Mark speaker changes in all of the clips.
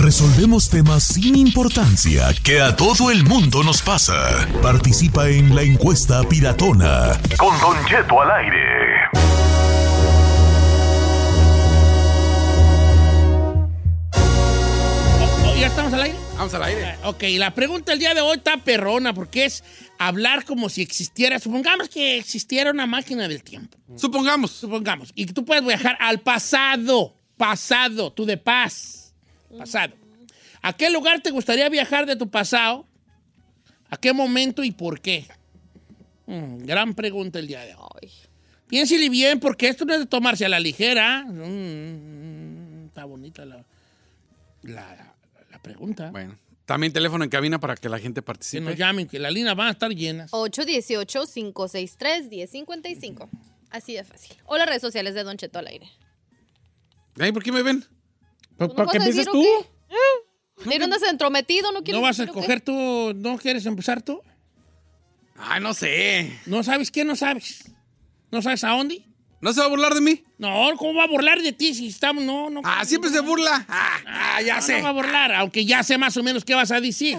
Speaker 1: Resolvemos temas sin importancia que a todo el mundo nos pasa. Participa en la encuesta piratona.
Speaker 2: Con Don Cheto al aire.
Speaker 3: Oh, ¿Ya estamos al aire? Ah,
Speaker 4: Vamos al aire.
Speaker 3: Ok, la pregunta del día de hoy está perrona porque es hablar como si existiera, supongamos que existiera una máquina del tiempo,
Speaker 4: Supongamos.
Speaker 3: supongamos, y que tú puedes viajar al pasado, pasado, tú de paz, pasado. ¿A qué lugar te gustaría viajar de tu pasado? ¿A qué momento y por qué? Mm, gran pregunta el día de hoy. Piénsele bien porque esto no es de tomarse a la ligera. Mm, está bonita la, la, la pregunta.
Speaker 4: Bueno. pues. También teléfono en cabina para que la gente
Speaker 3: Que nos
Speaker 4: participe.
Speaker 3: llamen, que las líneas van a estar llenas.
Speaker 5: 818-563-1055. Así de fácil. O las redes sociales de Don Cheto al aire.
Speaker 4: Ay, ¿Por qué me ven?
Speaker 5: ¿Tú no vas a decir o qué? Mira, andas entrometido, no quieres
Speaker 3: ¿Eh? ¿No vas a
Speaker 5: decir o qué?
Speaker 3: escoger tú? ¿No quieres empezar tú?
Speaker 4: Ay, no sé.
Speaker 3: ¿No sabes qué? ¿No sabes? ¿No sabes a dónde?
Speaker 4: ¿No se va a burlar de mí?
Speaker 3: No, ¿cómo va a burlar de ti si estamos? No, no.
Speaker 4: Ah, siempre se burla. Ah, ah, ya
Speaker 3: no,
Speaker 4: sé.
Speaker 3: No va a burlar, aunque ya sé más o menos qué vas a decir.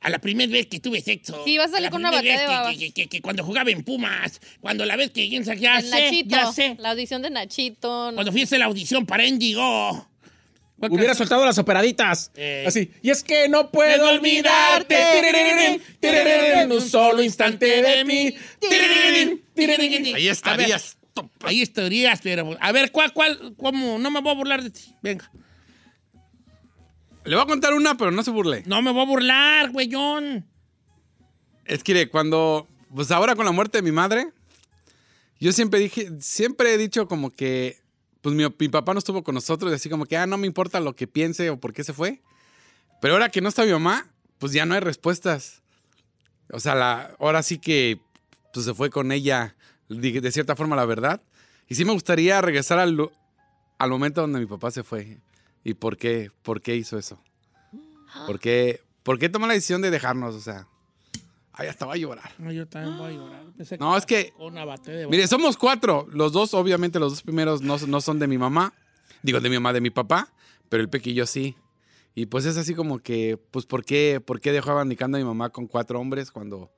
Speaker 3: A la primera vez que tuve sexo.
Speaker 5: Sí, vas a salir
Speaker 3: la
Speaker 5: con una
Speaker 3: primera
Speaker 5: batalla
Speaker 3: vez que,
Speaker 5: de
Speaker 3: que, que- que cuando jugaba en Pumas, cuando la vez que ya
Speaker 5: El
Speaker 3: sé,
Speaker 5: Nachito.
Speaker 3: ya sé.
Speaker 5: La audición de Nachito. no-
Speaker 3: Cuando fuiste a la audición para Indigo.
Speaker 6: Hubiera soltado las operaditas.
Speaker 3: Eh.
Speaker 6: Así. Y es que no puedo olvidarte. Tiririrín, tiririrín, un solo instante de mí. Tiririrín, tiririrín.
Speaker 4: Ahí
Speaker 3: A ver,
Speaker 4: estarías. top.
Speaker 3: Ahí estarías, pero. A ver, ¿cuál, cuál, cómo? No me voy a burlar de ti. Venga.
Speaker 4: Le voy a contar una, pero no se burle.
Speaker 3: No me voy a burlar, güeyón.
Speaker 4: Es que mire, cuando. Pues ahora con la muerte de mi madre, yo siempre dije, siempre he dicho como que. Pues mi, mi papá no estuvo con nosotros, y así como que, ah, no me importa lo que piense o por qué se fue. Pero ahora que no está mi mamá, pues ya no hay respuestas. O sea, la, ahora sí que pues, se fue con ella, de, de cierta forma, la verdad. Y sí me gustaría regresar al, lu- al momento donde mi papá se fue. ¿Y por qué? ¿Por qué hizo eso? ¿Por qué, por qué tomó la decisión de dejarnos? O sea, ay, hasta va a llorar.
Speaker 3: No, yo también voy a llorar. Pensé
Speaker 4: No, es que-
Speaker 3: con Una batalla de
Speaker 4: Mire, somos cuatro. Los dos, obviamente, los dos primeros no, no son de mi mamá. Digo, de mi mamá, de mi papá. Pero el pequillo sí. Y pues es así como que, pues, ¿por qué, por qué dejó abanicando a mi mamá con cuatro hombres cuando,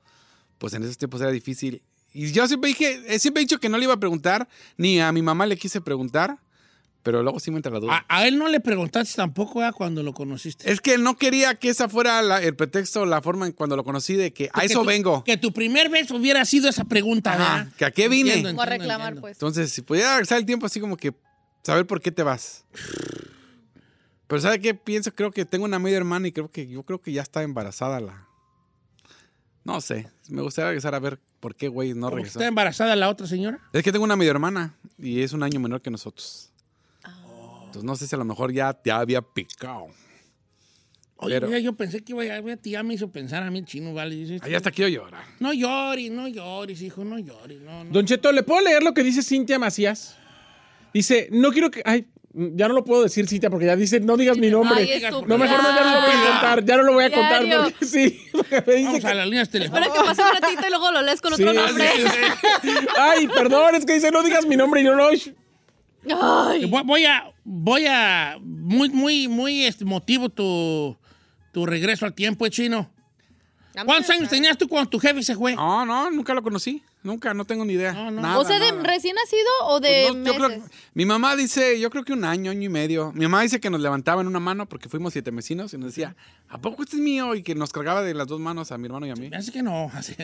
Speaker 4: pues, en esos tiempos era difícil? Y yo siempre dije, eh, siempre he dicho que no le iba a preguntar, ni a mi mamá le quise preguntar, pero luego sí me entra la duda.
Speaker 3: a, a él no le preguntaste tampoco ¿verdad? cuando lo conociste.
Speaker 4: Es que no quería que esa fuera la- el pretexto, la forma en cuando lo conocí de que a
Speaker 3: Que
Speaker 4: eso
Speaker 3: tu-
Speaker 4: vengo.
Speaker 3: Que tu primer beso hubiera sido esa pregunta,
Speaker 4: Ajá,
Speaker 3: ¿verdad?
Speaker 4: que a qué vine.
Speaker 3: Entiendo,
Speaker 5: Como a
Speaker 3: entiendo,
Speaker 5: reclamar,
Speaker 3: entiendo.
Speaker 5: pues.
Speaker 4: Entonces, si pudiera regresar el tiempo así como que saber por qué te vas. Pero ¿sabe qué pienso? Creo que tengo una media hermana y creo que yo creo que ya está embarazada la. No sé, me gustaría regresar a ver por qué güey no
Speaker 3: ¿Cómo que
Speaker 4: regresó.
Speaker 3: ¿Está embarazada la otra señora?
Speaker 4: Es que tengo una media hermana y es un año menor que nosotros.
Speaker 5: Ah.
Speaker 4: Entonces no sé si a lo mejor ya te había picado.
Speaker 3: Oye,
Speaker 4: Pero-
Speaker 3: mira, yo pensé que iba a a ti ya me hizo pensar a mí el chino, ¿vale? Y dices,
Speaker 4: Ahí hasta quiero llorar.
Speaker 3: No llores, no llores, hijo, no llores. No, no.
Speaker 6: Don Cheto, ¿le puedo leer lo que dice Cintia Macías? Dice, no quiero que. Ay, ya no lo puedo decir, Cintia, porque ya dice, no digas mi nombre.
Speaker 5: Ay, estúpida.
Speaker 6: no, mejor no, ya no lo voy a contar. Ya no lo voy a contar.
Speaker 5: Diario.
Speaker 6: Porque, sí, porque me dice
Speaker 3: Vamos a
Speaker 6: que-
Speaker 3: las líneas
Speaker 5: Espera
Speaker 3: telefónicas.
Speaker 5: que pase un ratito y luego lo lees con otro
Speaker 6: Sí.
Speaker 5: nombre.
Speaker 6: Ay, perdón, es que dice, no digas mi nombre. Y yo no.
Speaker 5: Ay.
Speaker 3: Voy, voy a, voy a, muy, muy, muy este, motivo tu, tu regreso al tiempo, eh, chino. ¿Cuántos años tenías tú cuando tu jefe se fue?
Speaker 4: No, no, nunca lo conocí. Nunca, no tengo ni idea.
Speaker 3: No, Ah, no.
Speaker 4: Nada,
Speaker 5: o sea, de
Speaker 4: nada.
Speaker 5: recién nacido o de
Speaker 4: Pues no, yo creo-
Speaker 5: meses.
Speaker 4: mi mamá dice, yo creo que un año, año y medio. Mi mamá dice que nos levantaba en una mano porque fuimos siete vecinos y nos decía, ¿a poco este es mío? Y que nos cargaba de las dos manos a mi hermano y a mí.
Speaker 3: Me hace que no. Así.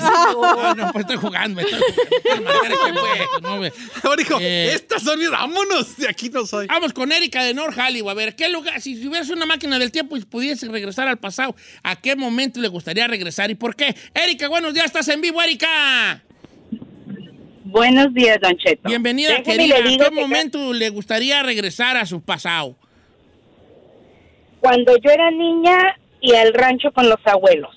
Speaker 3: no, no, pues estoy jugando, me estoy jugando. Madre, ¿qué fue? este No, güey.
Speaker 4: Ahora dijo,
Speaker 3: Eh.
Speaker 4: estas son mis, vámonos, de aquí no
Speaker 6: Ah,
Speaker 4: soy.
Speaker 3: Vamos con Erika de North Hollywood. A ver, ¿qué lugar, si tuvieras una máquina del tiempo y pudiese regresar al pasado, ¿a qué momento le gustaría regresar y por qué? Erika, buenos días, estás en vivo, Erika.
Speaker 7: Buenos días, Don Cheto.
Speaker 3: Bienvenida,
Speaker 7: Déjeme
Speaker 3: querida.
Speaker 7: le digo
Speaker 3: ¿A qué
Speaker 7: que
Speaker 3: momento le gustaría regresar a su pasado?
Speaker 7: Cuando yo era niña y al rancho con los abuelos.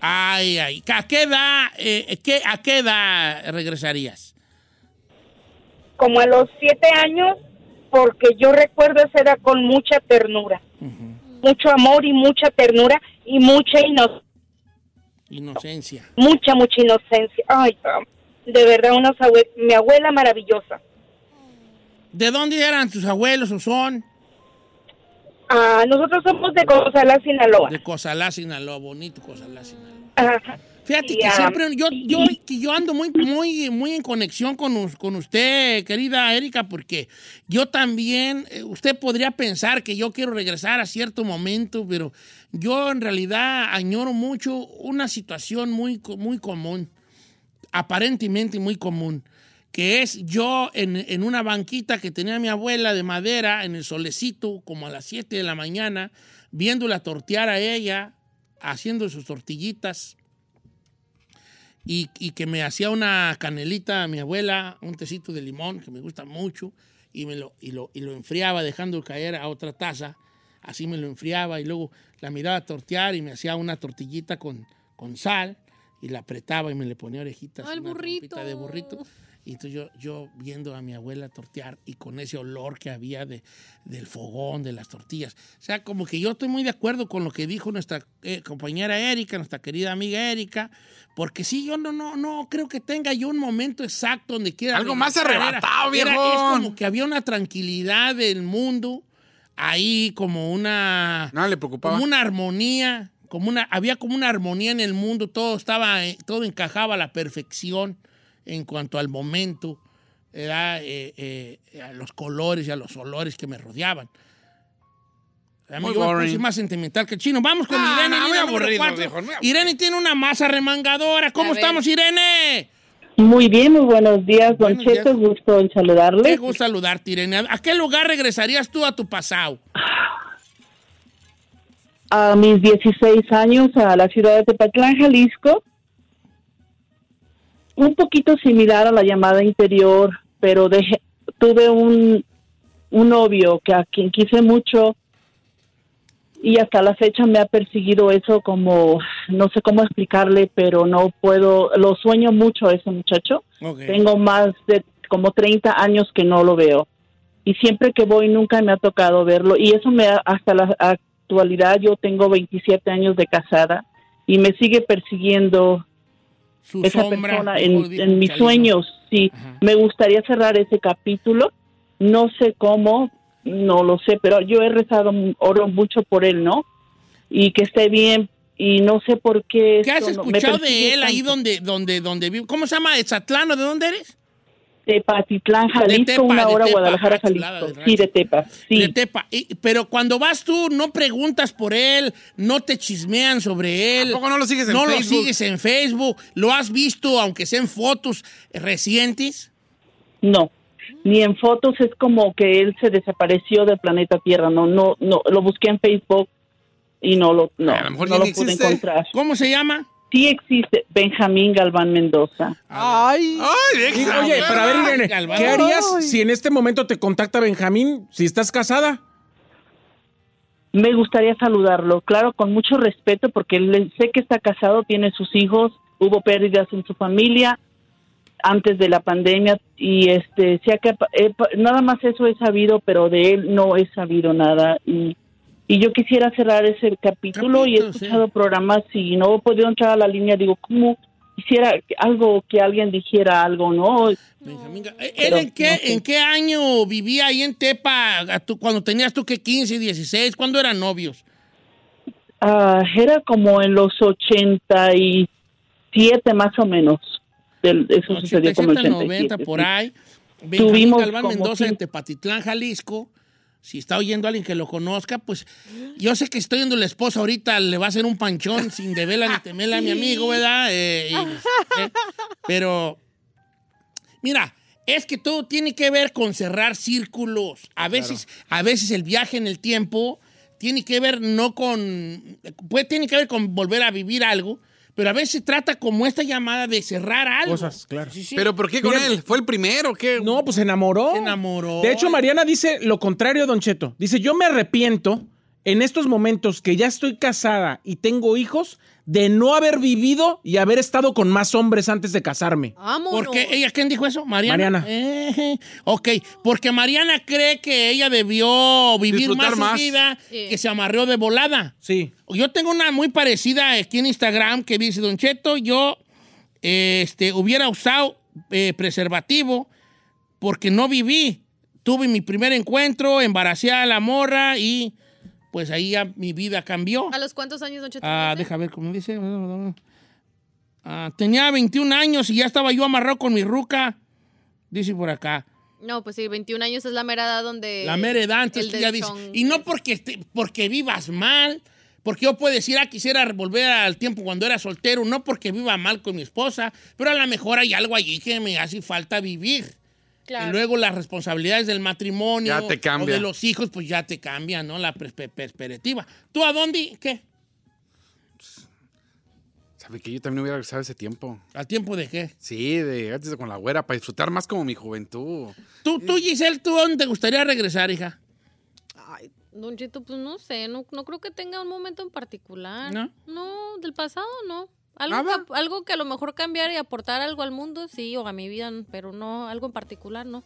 Speaker 3: Ay, ay. ¿A qué edad, eh, qué- a qué edad regresarías?
Speaker 7: Como a los siete años, porque yo recuerdo esa edad con mucha ternura. Mucho amor y mucha ternura y mucha inocencia.
Speaker 3: Inocencia.
Speaker 7: Mucha, mucha inocencia. Ay, ah, de verdad, unos abue- mi abuela maravillosa.
Speaker 3: ¿De dónde eran tus abuelos o son?
Speaker 7: Ah, nosotros somos de González, Sinaloa.
Speaker 3: De Cosalá, Sinaloa, bonito Cosalá, Sinaloa.
Speaker 7: Ajá.
Speaker 3: Fíjate
Speaker 7: Y,
Speaker 3: que
Speaker 7: ah,
Speaker 3: siempre yo, yo, que yo ando muy, muy, muy en conexión con, us- con usted, querida Erika, porque yo también, eh, usted podría pensar que yo quiero regresar a cierto momento, pero yo en realidad añoro mucho una situación muy, co- muy común, aparentemente muy común, que es yo en, en una banquita que tenía mi abuela de madera en el solecito, como a las 7 de la mañana, viéndola tortear a ella, haciendo sus tortillitas y, y que me hacía una canelita a mi abuela, un tecito de limón que me gusta mucho, y, me lo, y, lo, y lo enfriaba dejando caer a otra taza. Así me lo enfriaba y luego la miraba tortear y me hacía una tortillita con, con sal y la apretaba y me le ponía orejitas.
Speaker 5: Al
Speaker 3: una
Speaker 5: burrito.
Speaker 3: trompita de burrito. Y entonces yo, yo viendo a mi abuela tortear y con ese olor que había de, del fogón, de las tortillas. O sea, como que yo estoy muy de acuerdo con lo que dijo nuestra eh, compañera Erika, nuestra querida amiga Erika, porque sí, yo no, no, no creo que tenga yo un momento exacto donde quiera.
Speaker 4: Algo más
Speaker 3: regresar.
Speaker 4: arrebatado,
Speaker 3: Era- era- Es
Speaker 4: viejón.
Speaker 3: como que había una tranquilidad del mundo, ahí como una
Speaker 4: Nada le preocupaba.
Speaker 3: como una armonía, como una, había como una armonía en el mundo, todo estaba, eh, todo encajaba a la perfección en cuanto al momento, era, eh, eh, a los colores y a los olores que me rodeaban. A mí
Speaker 4: Muy
Speaker 3: yo me
Speaker 4: boring.
Speaker 3: puse más sentimental que el chino. Vamos con
Speaker 4: Ah,
Speaker 3: Irene.
Speaker 4: no, muy
Speaker 3: línea número
Speaker 4: aburrido,
Speaker 3: cuatro.
Speaker 4: viejo, muy aburrido.
Speaker 3: Irene tiene una masa remangadora.
Speaker 5: A
Speaker 3: ¿Cómo
Speaker 5: ver.
Speaker 3: estamos, Irene?
Speaker 7: Muy bien, muy buenos días, Don
Speaker 3: Buenos
Speaker 7: Cheto. Gusto en
Speaker 3: Qué
Speaker 7: saludarle.
Speaker 3: gusto saludarte, Irene. ¿A qué lugar regresarías tú a tu pasado?
Speaker 7: A mis 16 años, a la ciudad de Tepatlán, Jalisco. Un poquito similar a la llamada interior, pero dejé- tuve un, un novio que a quien quise mucho y hasta la fecha me ha perseguido eso como, no sé cómo explicarle, pero no puedo, lo sueño mucho a ese muchacho.
Speaker 3: Ok.
Speaker 7: Tengo más de como 30 años que no lo veo. Y siempre que voy nunca me ha tocado verlo. Y eso me ha- hasta la actualidad yo tengo 27 años de casada y me sigue persiguiendo
Speaker 3: Su
Speaker 7: esa
Speaker 3: sombra,
Speaker 7: persona
Speaker 3: mejor
Speaker 7: en,
Speaker 3: dicho,
Speaker 7: en mis
Speaker 3: Chalino.
Speaker 7: sueños. Sí,
Speaker 3: Ajá.
Speaker 7: me gustaría cerrar ese capítulo. No sé cómo, no lo sé, pero yo he rezado, mu- oro mucho por él, ¿no? Y que esté bien. Y no sé por qué.
Speaker 3: ¿Qué has
Speaker 7: esto no- me
Speaker 3: escuchado
Speaker 7: persigue
Speaker 3: de él ahí
Speaker 7: tanto.
Speaker 3: donde, donde, donde vive? ¿Cómo se llama? ¿Echatlán o de dónde eres?
Speaker 7: Tepatitlán, Jalisco,
Speaker 3: Tepa,
Speaker 7: una
Speaker 3: de
Speaker 7: hora
Speaker 3: Tepa,
Speaker 7: Guadalajara,
Speaker 3: ah, chulada
Speaker 7: Jalisco.
Speaker 3: de
Speaker 7: Sí, de Tepa, sí.
Speaker 3: De Tepa. Y- pero cuando vas tú, no preguntas por él, no te chismean sobre él.
Speaker 4: Tampoco no lo sigues en
Speaker 3: no lo
Speaker 4: Facebook.
Speaker 3: sigues en Facebook. ¿Lo has visto, aunque sean fotos recientes?
Speaker 7: No, ni en fotos es como que él se desapareció del planeta Tierra. No, no, no. Lo busqué en Facebook y no lo, no,
Speaker 4: A lo mejor
Speaker 7: no
Speaker 4: ya
Speaker 7: lo
Speaker 4: ni
Speaker 7: pude
Speaker 4: existe.
Speaker 7: encontrar.
Speaker 3: ¿Cómo se llama?
Speaker 7: Sí existe Benjamín Galván Mendoza.
Speaker 6: Ay.
Speaker 4: Ay, vieja.
Speaker 6: Oye, pero a ver, Irene,
Speaker 3: Galván.
Speaker 6: ¿qué harías si en este momento te contacta Benjamín si estás casada?
Speaker 7: Me gustaría saludarlo, claro, con mucho respeto, porque él- sé que está casado, tiene sus hijos, hubo pérdidas en su familia antes de la pandemia y este, sea que eh, pa- nada más eso he sabido, pero de él no he sabido nada y y yo quisiera cerrar ese capítulo y he
Speaker 3: Capítulo, sí.
Speaker 7: escuchado programas y no he podido entrar a la línea, digo, ¿cómo quisiera que- algo que alguien dijera algo, no?
Speaker 3: Benjamín Ga- ¿E-, ¿Él
Speaker 7: Pero
Speaker 3: en qué,
Speaker 7: no sé.
Speaker 3: en qué año vivía ahí en Tepa? A tú- cuando tenías tú que 15, 16, ¿cuándo eran novios?
Speaker 7: Ah, era como en los 80 y
Speaker 8: 87 más o menos. Del- eso sucedió como
Speaker 3: 87, 90
Speaker 8: 87,
Speaker 3: por
Speaker 8: sí.
Speaker 3: ahí. Benjamín
Speaker 8: Tuvimos
Speaker 3: Galván
Speaker 8: como
Speaker 3: Mendoza en
Speaker 8: cinco-
Speaker 3: Tepatitlán, Jalisco. Si está oyendo alguien que lo conozca, pues yo sé que estoy oyendo la esposa ahorita, le va a hacer un panchón sin de vela ni temela a mi amigo, ¿verdad? Eh, y- eh, pero, mira, es que todo tiene que ver con cerrar círculos. A veces, a veces el viaje en el tiempo tiene que ver no con, puede, tiene que ver con volver a vivir algo, pero a veces se trata como esta llamada de cerrar algo.
Speaker 9: Cosas, claro.
Speaker 3: Sí, sí.
Speaker 4: ¿Pero por qué con
Speaker 9: Mira-
Speaker 4: él? ¿Fue el primero? ¿Qué?
Speaker 9: No, pues se enamoró.
Speaker 3: Se enamoró.
Speaker 9: De hecho, Mariana dice lo contrario, Don Cheto. Dice, yo me arrepiento en estos momentos que ya estoy casada y tengo hijos de no haber vivido y haber estado con más hombres antes de casarme.
Speaker 5: Vámonos.
Speaker 3: Porque ella, ¿quién dijo eso? Mariana.
Speaker 9: Mariana.
Speaker 3: Eh, ok, porque Mariana cree que ella debió vivir
Speaker 4: Disfrutar
Speaker 3: más,
Speaker 4: más.
Speaker 3: su vida,
Speaker 5: Sí.
Speaker 3: que se amarreó de volada.
Speaker 9: Sí.
Speaker 3: Yo tengo una muy parecida aquí en Instagram que dice, Don Cheto, yo eh, este, hubiera usado eh, preservativo porque no viví. Tuve mi primer encuentro, embaracé a la morra y pues ahí ya mi vida cambió.
Speaker 5: ¿A los cuántos años, Don Cheto?
Speaker 3: Ah,
Speaker 5: dijiste?
Speaker 3: deja ver cómo dice. Ah, tenía 21 años y ya estaba yo amarrado con mi ruca. Dice por acá.
Speaker 5: No, pues sí, 21 años es la mera edad donde...
Speaker 3: la mera edad antes
Speaker 5: Eh, el
Speaker 3: que ya dice.
Speaker 5: deschon-
Speaker 3: Y no porque, esté- porque vivas mal. Porque yo puedo decir, ah, quisiera volver al tiempo cuando era soltero. No porque viva mal con mi esposa. Pero a lo mejor hay algo allí que me hace falta vivir.
Speaker 5: Claro.
Speaker 3: Y luego las responsabilidades del matrimonio.
Speaker 4: Ya te cambia.
Speaker 3: O de los hijos, pues ya te cambia, ¿no? La perspe- perspectiva. ¿Tú a dónde? ¿Qué?
Speaker 4: ¿Sabe que yo también hubiera regresado ese tiempo?
Speaker 3: ¿Al tiempo de qué?
Speaker 4: Sí, de antes de con la güera, para disfrutar más como mi juventud.
Speaker 3: Tú, tú, Giselle, ¿tú dónde te gustaría regresar, hija?
Speaker 5: Ay, Don Cheto, pues no sé, no, no creo que tenga un momento en particular.
Speaker 3: ¿No?
Speaker 5: No, del pasado no. Algo
Speaker 4: ¿Nada?
Speaker 5: que, algo que a lo mejor cambiar y aportar algo al mundo, sí, o a mi vida, pero no, algo en particular no.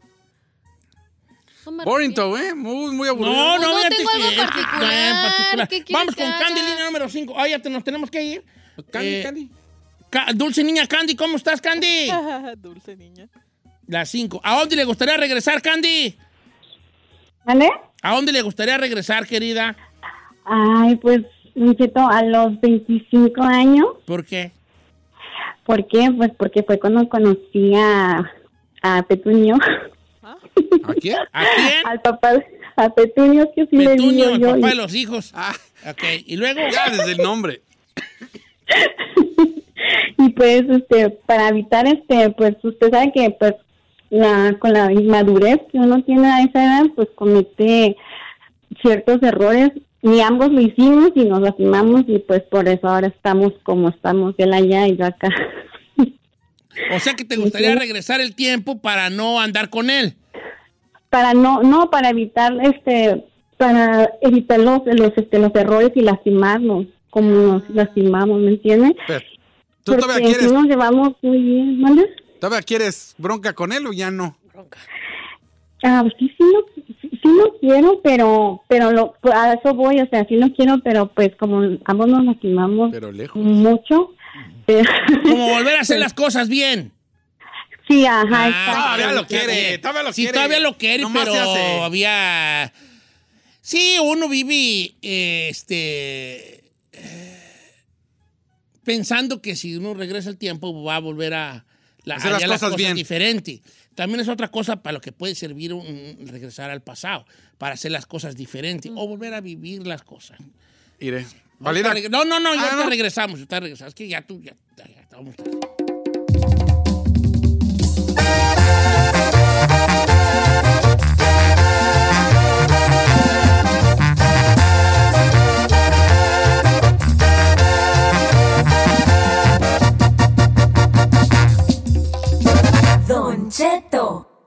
Speaker 5: No me
Speaker 4: Boring,
Speaker 5: arrepiento.
Speaker 4: ¿eh? Muy, muy aburrido.
Speaker 3: No, no,
Speaker 5: no
Speaker 3: fíjate
Speaker 5: tengo algo
Speaker 3: que-
Speaker 5: particular.
Speaker 3: no, en
Speaker 5: ¿Qué quieres
Speaker 3: Vamos
Speaker 5: que
Speaker 3: con
Speaker 5: haga?
Speaker 3: Candy, línea número 5. Ay, ya te- nos tenemos que ir.
Speaker 9: Candy,
Speaker 3: Eh,
Speaker 9: Candy.
Speaker 3: Ca- Dulce niña Candy, ¿cómo estás, Candy?
Speaker 10: Dulce niña.
Speaker 3: La 5. ¿A dónde le gustaría regresar, Candy?
Speaker 7: ¿Vale?
Speaker 3: ¿A dónde le gustaría regresar, querida?
Speaker 7: Ay, pues, Don Cheto, a los 25 años,
Speaker 3: ¿Por qué?
Speaker 7: ¿por qué? Pues porque fue cuando conocí a, a Petunio,
Speaker 4: ¿A quién?
Speaker 3: ¿A quién?
Speaker 7: al papá, a Petunio, que sí le
Speaker 3: Petunio,
Speaker 7: digo
Speaker 3: el
Speaker 7: yo.
Speaker 3: papá de los hijos.
Speaker 4: Ah,
Speaker 3: Ok, y luego.
Speaker 4: ya, desde el nombre.
Speaker 7: Y pues, este, para evitar, este, pues, usted sabe que, pues, la, con la inmadurez que uno tiene a esa edad, pues, comete ciertos errores. Y ambos lo hicimos y nos lastimamos y, pues, por eso ahora estamos como estamos, él allá y yo acá.
Speaker 3: O sea que te gustaría regresar el tiempo para no andar con él.
Speaker 7: para no no para evitar este para evitar los los este los errores y lastimarnos como nos lastimamos me entiendes
Speaker 4: Pero, ¿Tú todavía
Speaker 7: Porque
Speaker 4: quieres,
Speaker 7: sí nos llevamos muy bien ¿vale?
Speaker 4: todavía quieres bronca con él o ya no?
Speaker 7: ah sí sí lo sí, sí lo quiero pero pero lo a eso voy o sea sí lo quiero pero pues como ambos nos lastimamos
Speaker 4: Pero lejos.
Speaker 7: mucho pero-
Speaker 3: Como volver a hacer las cosas bien.
Speaker 7: sí ajá
Speaker 3: Ah,
Speaker 7: exacto.
Speaker 4: todavía lo quiere, todavía lo
Speaker 3: sí,
Speaker 4: quiere.
Speaker 3: todavía lo quiere,
Speaker 4: Nomás
Speaker 3: pero
Speaker 4: se hace.
Speaker 3: había... Sí, uno vive, eh, este... eh, Pensando que si uno regresa el tiempo va a volver a... la-
Speaker 4: Hacer
Speaker 3: a
Speaker 4: las
Speaker 3: ya
Speaker 4: cosas bien.
Speaker 3: diferente. También es otra cosa para lo que puede servir un- un regresar al pasado, para hacer las cosas diferentes o volver a vivir las cosas.
Speaker 4: Iré.
Speaker 3: Ahorita
Speaker 4: Valera,
Speaker 3: reg- No, no, no, ya
Speaker 4: Ah,
Speaker 3: ahorita
Speaker 4: no.
Speaker 3: regresamos, ahorita regresamos. Es que ya tú, ya, ya, ya estamos.
Speaker 10: Don Cheto,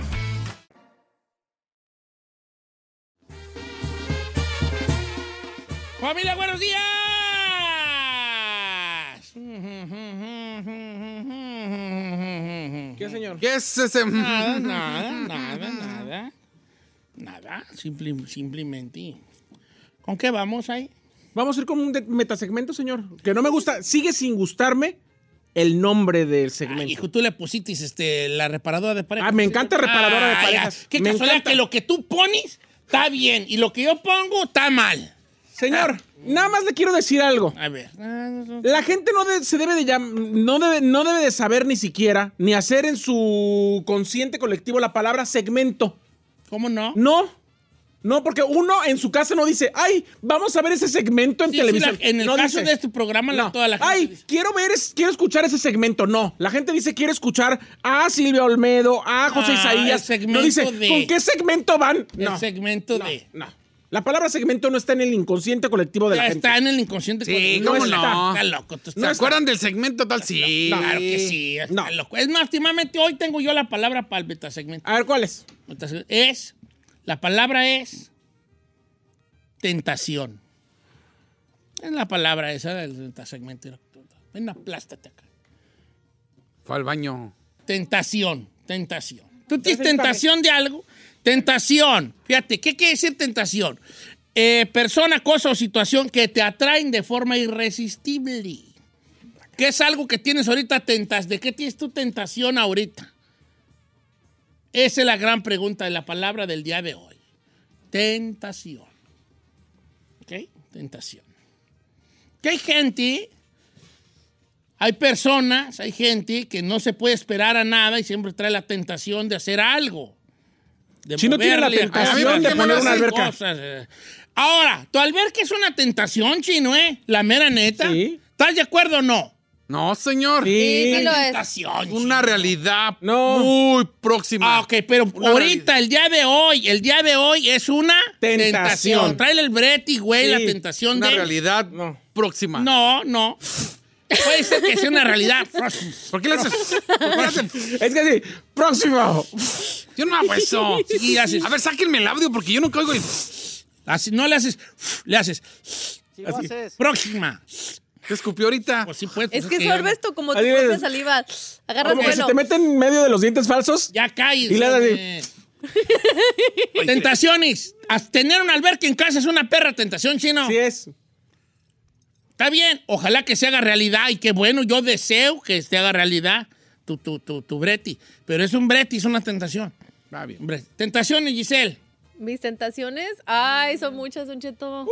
Speaker 3: ¡Familia, buenos días!
Speaker 6: ¿Qué, señor? Ah,
Speaker 4: ¿Qué es ese?
Speaker 3: Nada, nada, nada, nada. Nada, simple- simplemente. ¿Con qué vamos ahí?
Speaker 6: Vamos a ir con un de- metasegmento, señor. Que no me gusta, sigue sin gustarme el nombre del segmento.
Speaker 3: Hijo, tú le pusiste este, la reparadora de parejas.
Speaker 6: Ah, me encanta reparadora de
Speaker 3: Ah, ya.
Speaker 6: parejas.
Speaker 3: Qué
Speaker 6: Me
Speaker 3: casualidad
Speaker 6: encanta.
Speaker 3: que lo que tú pones está bien y lo que yo pongo está mal.
Speaker 6: Señor, nada más le quiero decir algo.
Speaker 3: A ver.
Speaker 6: La gente no de- se debe de llam- no debe, no debe de saber ni siquiera, ni hacer en su consciente colectivo la palabra segmento.
Speaker 3: ¿Cómo no?
Speaker 6: No. No, porque uno en su casa no dice, ay, vamos a ver ese segmento en
Speaker 3: Sí, sí,
Speaker 6: televisión.
Speaker 3: la- en el
Speaker 6: No
Speaker 3: caso
Speaker 6: dice.
Speaker 3: de este programa, la-
Speaker 6: No.
Speaker 3: toda la gente
Speaker 6: Ay,
Speaker 3: dice-
Speaker 6: quiero ver, es- quiero escuchar ese segmento. No, la gente dice, quiero escuchar a Silvia Olmedo, a José
Speaker 3: Ah,
Speaker 6: Isaías.
Speaker 3: el segmento
Speaker 6: no dice,
Speaker 3: de-
Speaker 6: ¿con qué segmento van? No,
Speaker 3: El segmento de.
Speaker 6: no. La palabra segmento no está en el inconsciente colectivo de la
Speaker 3: Ya
Speaker 6: gente.
Speaker 3: está en el inconsciente.
Speaker 4: Sí,
Speaker 3: colectivo.
Speaker 4: ¿cómo
Speaker 3: está,
Speaker 4: no?
Speaker 3: Está loco. tú
Speaker 4: ¿Se
Speaker 3: estás-
Speaker 4: acuerdan del segmento tal? Sí.
Speaker 3: No, Claro que sí. está
Speaker 6: No.
Speaker 3: loco. Es más, últimamente hoy tengo yo la palabra para el metasegmento.
Speaker 6: A ver, ¿cuál es?
Speaker 3: Metasegmento. Es, la palabra es tentación. Es la palabra esa del metasegmento. Ven, aplástate acá.
Speaker 4: Fue al baño.
Speaker 3: Tentación, tentación. Tú tienes tentación de algo. Tentación. Fíjate, ¿qué quiere decir tentación? Eh, persona, cosa o situación que te atraen de forma irresistible. ¿Qué es algo que tienes ahorita tentas? ¿De qué tienes tu tentación ahorita? Esa es la gran pregunta de la palabra del día de hoy. Tentación. ¿Ok? Tentación. Que hay gente hay personas, hay gente que no se puede esperar a nada y siempre trae la tentación de hacer algo. De
Speaker 6: Si no tiene la
Speaker 3: moverle,
Speaker 6: tentación
Speaker 3: hacer
Speaker 6: de poner
Speaker 3: cosas,
Speaker 6: una alberca.
Speaker 3: cosas, eh. Ahora, tu alberca es una tentación, chino, ¿eh? La mera neta.
Speaker 6: Sí.
Speaker 3: ¿Estás de acuerdo o no?
Speaker 4: No, señor.
Speaker 5: Sí, sí lo es.
Speaker 3: Tentación.
Speaker 4: Una realidad
Speaker 6: No.
Speaker 4: muy
Speaker 3: Ah,
Speaker 4: próxima.
Speaker 3: ok, pero
Speaker 4: Una
Speaker 3: ahorita, el día de hoy, el día de hoy es una
Speaker 6: Tentación.
Speaker 3: tentación. Trae el breti, güey,
Speaker 6: Sí,
Speaker 3: la tentación
Speaker 4: Una
Speaker 3: de.
Speaker 4: realidad
Speaker 6: No.
Speaker 4: próxima.
Speaker 3: No, no. Puede ser que sea una realidad.
Speaker 4: ¿Por qué le haces? ¿Por qué le haces?
Speaker 6: Es que sí, próximo.
Speaker 4: Yo no hago eso.
Speaker 3: Y haces-
Speaker 4: A ver, sáquenme el audio porque yo nunca oigo el...
Speaker 3: Así, no le haces, le haces.
Speaker 11: lo
Speaker 3: Así.
Speaker 11: haces.
Speaker 3: Próxima.
Speaker 4: Te escupió ahorita.
Speaker 3: Pues sí, pues,
Speaker 5: Es
Speaker 3: pues,
Speaker 5: que sorbes tú como tu
Speaker 6: Así
Speaker 5: propia
Speaker 6: es.
Speaker 5: saliva. Agarras
Speaker 6: Como que
Speaker 5: vuelo.
Speaker 6: se te meten en medio de los dientes falsos.
Speaker 3: Ya caes.
Speaker 6: Y le haces
Speaker 3: hombre. pues, Tentaciones. As- Tener un alberca en casa es una perra tentación, chino.
Speaker 6: Así es.
Speaker 3: Está bien. Ojalá que se haga realidad. Y qué bueno, yo deseo que se haga realidad tu, tu, tu, tu Breti. Pero es un Breti, es una tentación.
Speaker 4: Va bien.
Speaker 3: Hombre, Tentaciones, Giselle.
Speaker 5: Mis tentaciones, ay, son muchas, Don
Speaker 3: Uh.
Speaker 5: Cheto.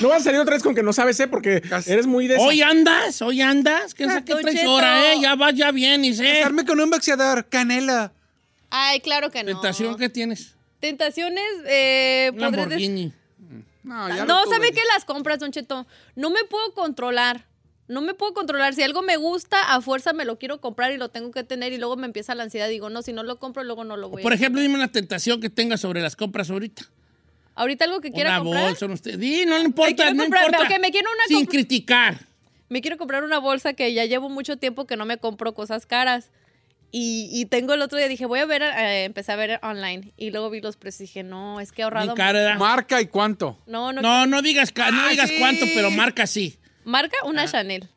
Speaker 6: No vas a salir otra vez con que no sabes, ¿eh? Porque
Speaker 4: Casi.
Speaker 6: eres muy de...
Speaker 3: Hoy andas, hoy andas. ¿Qué es qué
Speaker 5: Ah, Don Cheto.
Speaker 3: traidora, eh? Ya vas, ya vienes, eh.
Speaker 4: Casarme con un boxeador, canela.
Speaker 5: Ay, claro que no.
Speaker 3: Tentación que tienes.
Speaker 5: Tentaciones, eh,
Speaker 3: Un
Speaker 5: podré decir-
Speaker 3: Lamborghini.
Speaker 4: No, ya
Speaker 5: No,
Speaker 4: lo tuve.
Speaker 5: ¿sabe qué? Las compras, Don Cheto. No me puedo controlar. No me puedo controlar. Si algo me gusta, a fuerza me lo quiero comprar y lo tengo que tener y luego me empieza la ansiedad. Digo, no, si no lo compro, luego no lo voy a
Speaker 3: Por ejemplo, dime una tentación que tengas sobre las compras ahorita.
Speaker 5: Ahorita algo que quiera
Speaker 3: una
Speaker 5: comprar.
Speaker 3: bolsa, no usted. Di, no le importa,
Speaker 5: quiero
Speaker 3: no
Speaker 5: comprar,
Speaker 3: importa.
Speaker 5: ok, me quiero una
Speaker 3: Sin
Speaker 5: compra-
Speaker 3: criticar.
Speaker 5: Me quiero comprar una bolsa que ya llevo mucho tiempo que no me compro cosas caras. Y, y tengo el otro día, dije, voy a ver, eh, empecé a ver online. Y luego vi los precios y dije, no, es que he ahorrado.
Speaker 3: Bien cara.
Speaker 4: Marca y cuánto.
Speaker 5: No, no,
Speaker 3: No, no digas, ca- no
Speaker 4: Ah,
Speaker 3: digas
Speaker 4: sí.
Speaker 3: cuánto, pero marca sí.
Speaker 5: Marca
Speaker 3: Ah,
Speaker 5: una Chanel.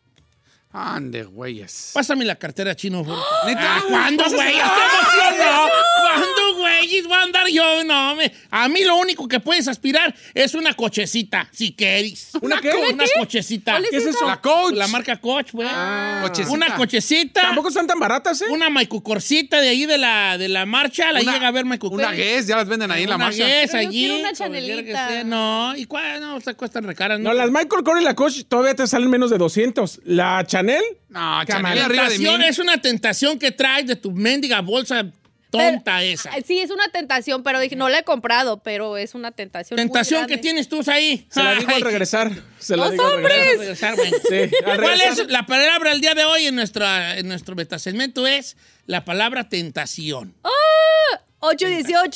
Speaker 4: Ande, güeyes.
Speaker 3: Pásame la cartera chino. por favor.
Speaker 4: ¿Neta?
Speaker 3: Ah, ¿Cuándo, güey? ¡Ya ¡Se emocionó! ¿Cuándo, güey? güeyes voy a andar yo. No, me- a mí lo único que puedes aspirar es una cochecita, si queréis.
Speaker 6: ¿Una qué?
Speaker 3: co- Una
Speaker 6: ¿Qué?
Speaker 3: cochecita.
Speaker 6: ¿Cuál es ¿Qué es esa? eso?
Speaker 3: La Coach. La marca Coach, güey.
Speaker 4: Cochecita.
Speaker 3: Una cochecita. Tampoco
Speaker 6: están tan baratas, ¿eh?
Speaker 3: Una maicucorcita de ahí de la, de la marcha, la
Speaker 4: Una-
Speaker 3: llega a ver maicucor.
Speaker 4: Una Guess, ya las venden ahí en la
Speaker 3: Una
Speaker 4: marcha.
Speaker 3: Guess
Speaker 5: Pero yo
Speaker 3: allí.
Speaker 5: quiero una
Speaker 3: como el verga que
Speaker 5: Chanelita.
Speaker 3: sea. No, ¿y cuál? No, se cuestan recaras.
Speaker 6: No, las Michael Kors y la Coach todavía te salen menos de 200. La Chanel,
Speaker 4: No, Chanel
Speaker 6: Camarón.
Speaker 4: arriba de mí.
Speaker 3: Tentación es una tentación que traes de tu mendiga bolsa tonta esa.
Speaker 5: Ay, Sí, es una tentación, pero dije, no la he comprado, pero es una tentación. muy
Speaker 3: Tentación que
Speaker 5: grande.
Speaker 3: tienes tú ahí.
Speaker 6: se la digo al
Speaker 3: Ay,
Speaker 6: regresar. Se la
Speaker 5: ¡Los
Speaker 6: digo al regresar.
Speaker 5: hombres!
Speaker 3: regresar, güey.
Speaker 6: Sí, al
Speaker 3: ¿Cuál
Speaker 6: regresar.
Speaker 3: es la palabra del día de hoy en, nuestra, en nuestro metasegmento? Es la palabra tentación.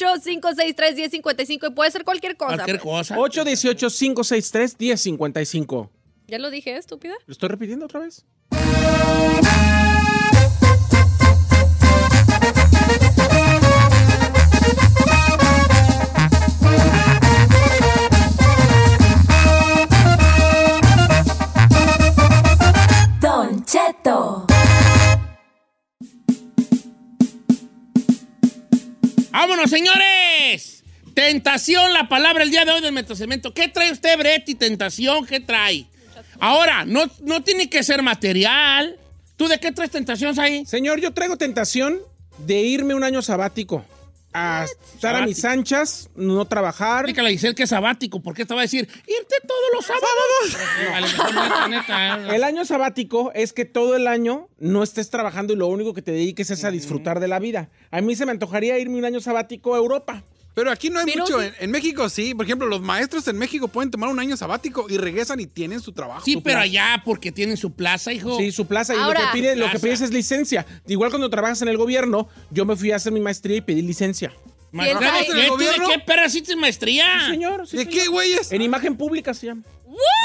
Speaker 5: 818-563-1055 y puede ser cualquier cosa.
Speaker 3: Cualquier
Speaker 5: pues.
Speaker 3: cosa.
Speaker 6: 818-563-1055.
Speaker 5: Ya lo dije, estúpida.
Speaker 6: ¿Lo estoy repitiendo otra vez?
Speaker 11: Don Cheto.
Speaker 3: ¡Vámonos, señores! Tentación, la palabra el día de hoy del metasegmento. ¿Qué trae usted, Brett? y Tentación, ¿qué trae? Ahora, no, no tiene que ser material. ¿Tú de qué traes tentaciones ahí?
Speaker 6: Señor, yo traigo tentación de irme un año sabático. A estar a mis anchas, no trabajar.
Speaker 3: Explícale a Giselle que es sabático, porque te va a decir, irte todos los sábados. Vale, neta, neta, eh.
Speaker 6: El año sabático es que todo el año no estés trabajando y lo único que te dediques es a disfrutar de la vida. A mí se me antojaría irme un año sabático a Europa.
Speaker 4: Pero aquí no hay
Speaker 5: Pero
Speaker 4: mucho.
Speaker 5: sí.
Speaker 4: En, en México sí. Por ejemplo, los maestros en México pueden tomar un año sabático y regresan y tienen su trabajo.
Speaker 3: Sí,
Speaker 6: su
Speaker 3: pero
Speaker 6: plaza.
Speaker 3: allá, porque tienen su plaza, hijo.
Speaker 6: Sí, su plaza. Y
Speaker 5: Ahora.
Speaker 6: lo, que pide- lo que
Speaker 3: Plaza.
Speaker 6: pides es licencia. Igual cuando trabajas en el gobierno, yo me fui a hacer mi maestría y pedí licencia.
Speaker 3: Maestra,
Speaker 5: ¿Quién
Speaker 3: ¿qué, ¿eh?
Speaker 5: sabe?
Speaker 3: ¿Tú de
Speaker 4: ¿Gobierno?
Speaker 3: qué perra hiciste maestría?
Speaker 6: Sí, señor. sí,
Speaker 4: ¿De
Speaker 6: señor.
Speaker 4: qué, güeyes?
Speaker 6: En imagen pública se llama.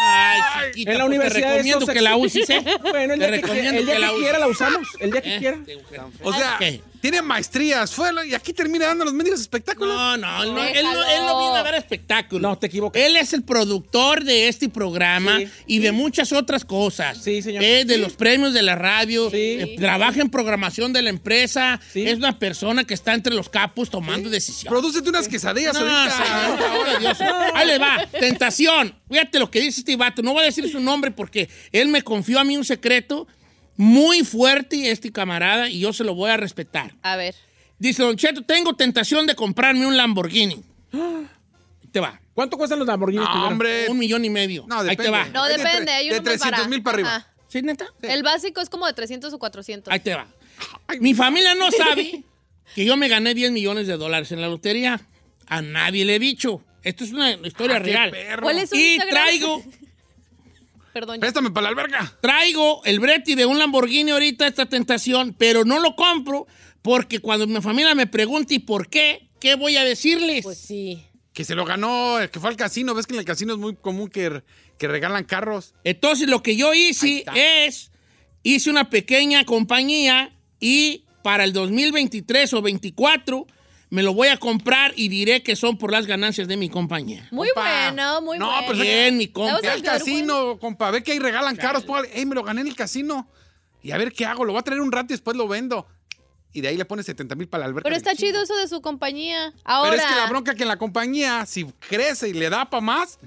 Speaker 3: Ay, chiquita,
Speaker 6: en la
Speaker 3: pues
Speaker 6: universidad.
Speaker 3: Te recomiendo
Speaker 6: esos
Speaker 3: que la
Speaker 6: ex-
Speaker 3: uses, ¿eh?
Speaker 6: Bueno, el día,
Speaker 3: Te
Speaker 6: que,
Speaker 3: recomiendo
Speaker 6: el día
Speaker 3: que
Speaker 6: que
Speaker 3: la
Speaker 6: quiera
Speaker 3: uses.
Speaker 6: la usamos. El día que
Speaker 3: Eh,
Speaker 6: quiera.
Speaker 3: te-
Speaker 4: O sea,
Speaker 3: Ok.
Speaker 4: tiene maestrías, fue la- y aquí termina dando los médicos espectáculos.
Speaker 3: No, Eh, no, él no, él, no, él no
Speaker 5: Déjalo.
Speaker 3: viene a dar espectáculo.
Speaker 6: No, te equivocas.
Speaker 3: Él es el productor de este programa
Speaker 6: Sí,
Speaker 3: y de muchas otras cosas.
Speaker 6: Sí, señor.
Speaker 3: Eh, de
Speaker 6: Sí.
Speaker 3: los premios de la radio,
Speaker 6: Sí.
Speaker 3: eh, trabaja en programación de la empresa,
Speaker 6: Sí.
Speaker 3: es una persona que está entre los capos tomando decisiones.
Speaker 4: Producete unas quesadillas
Speaker 3: eh, No,
Speaker 4: ahorita.
Speaker 3: señor, por favor, Dios. Ahí le va. Tentación. Fíjate lo que dice este vato. No voy a decir su nombre porque él me confió a mí un secreto muy fuerte, este camarada, y yo se lo voy a respetar.
Speaker 5: A ver.
Speaker 3: Dice, Don Cheto, tengo tentación de comprarme un Lamborghini. Ahí Te va.
Speaker 6: ¿Cuánto cuestan los Lamborghini?
Speaker 4: No,
Speaker 6: primero?
Speaker 4: hombre.
Speaker 3: Un millón y medio.
Speaker 4: No,
Speaker 3: Ahí
Speaker 4: depende.
Speaker 3: te va.
Speaker 5: No,
Speaker 4: Es de
Speaker 5: depende.
Speaker 4: tre-
Speaker 5: hay uno
Speaker 4: de
Speaker 5: muy
Speaker 4: 300,000 para arriba.
Speaker 5: Ajá.
Speaker 3: ¿Sí, neta?
Speaker 5: El básico es como de 300 o 400.
Speaker 3: Ahí te va. Mi familia no sabe que yo me gané 10 millones de dólares en la lotería. A nadie le he dicho. Esto es una historia
Speaker 4: Ah, Qué
Speaker 3: real.
Speaker 4: perro.
Speaker 5: ¿Cuál es su
Speaker 3: Y
Speaker 5: Instagram?
Speaker 3: traigo
Speaker 5: Perdón. ya.
Speaker 4: Préstame para la alberga.
Speaker 3: traigo el Breti de un Lamborghini ahorita, esta tentación, pero no lo compro porque cuando mi familia me pregunte ¿y por qué? ¿Qué voy a decirles?
Speaker 5: Pues sí.
Speaker 4: Que se lo ganó, eh, que fue al casino. Ves que en el casino es muy común que, re- que regalan carros.
Speaker 3: Entonces lo que yo
Speaker 4: Ahí
Speaker 3: hice
Speaker 4: está.
Speaker 3: es, hice una pequeña compañía y para el 2023 o 24 me lo voy a comprar y diré que son por las ganancias de mi compañía.
Speaker 5: Muy
Speaker 4: Compa.
Speaker 5: bueno, muy
Speaker 4: No, pues,
Speaker 5: bueno.
Speaker 4: pero
Speaker 5: Bien.
Speaker 3: Bien, mi compa.
Speaker 5: Vamos
Speaker 4: Ve
Speaker 5: a
Speaker 4: al
Speaker 5: ver,
Speaker 4: casino, compa. Ve que ahí regalan carros. Póngale, hey, me lo gané en el casino. Y a ver qué hago. Lo voy a traer un rato y después lo vendo. Y de ahí le pones 70 mil para la alberca.
Speaker 5: Pero está
Speaker 4: del
Speaker 5: chido
Speaker 4: chino.
Speaker 5: eso de su compañía. Ahora.
Speaker 4: Pero es que la bronca que en la compañía, si crece y le da para más,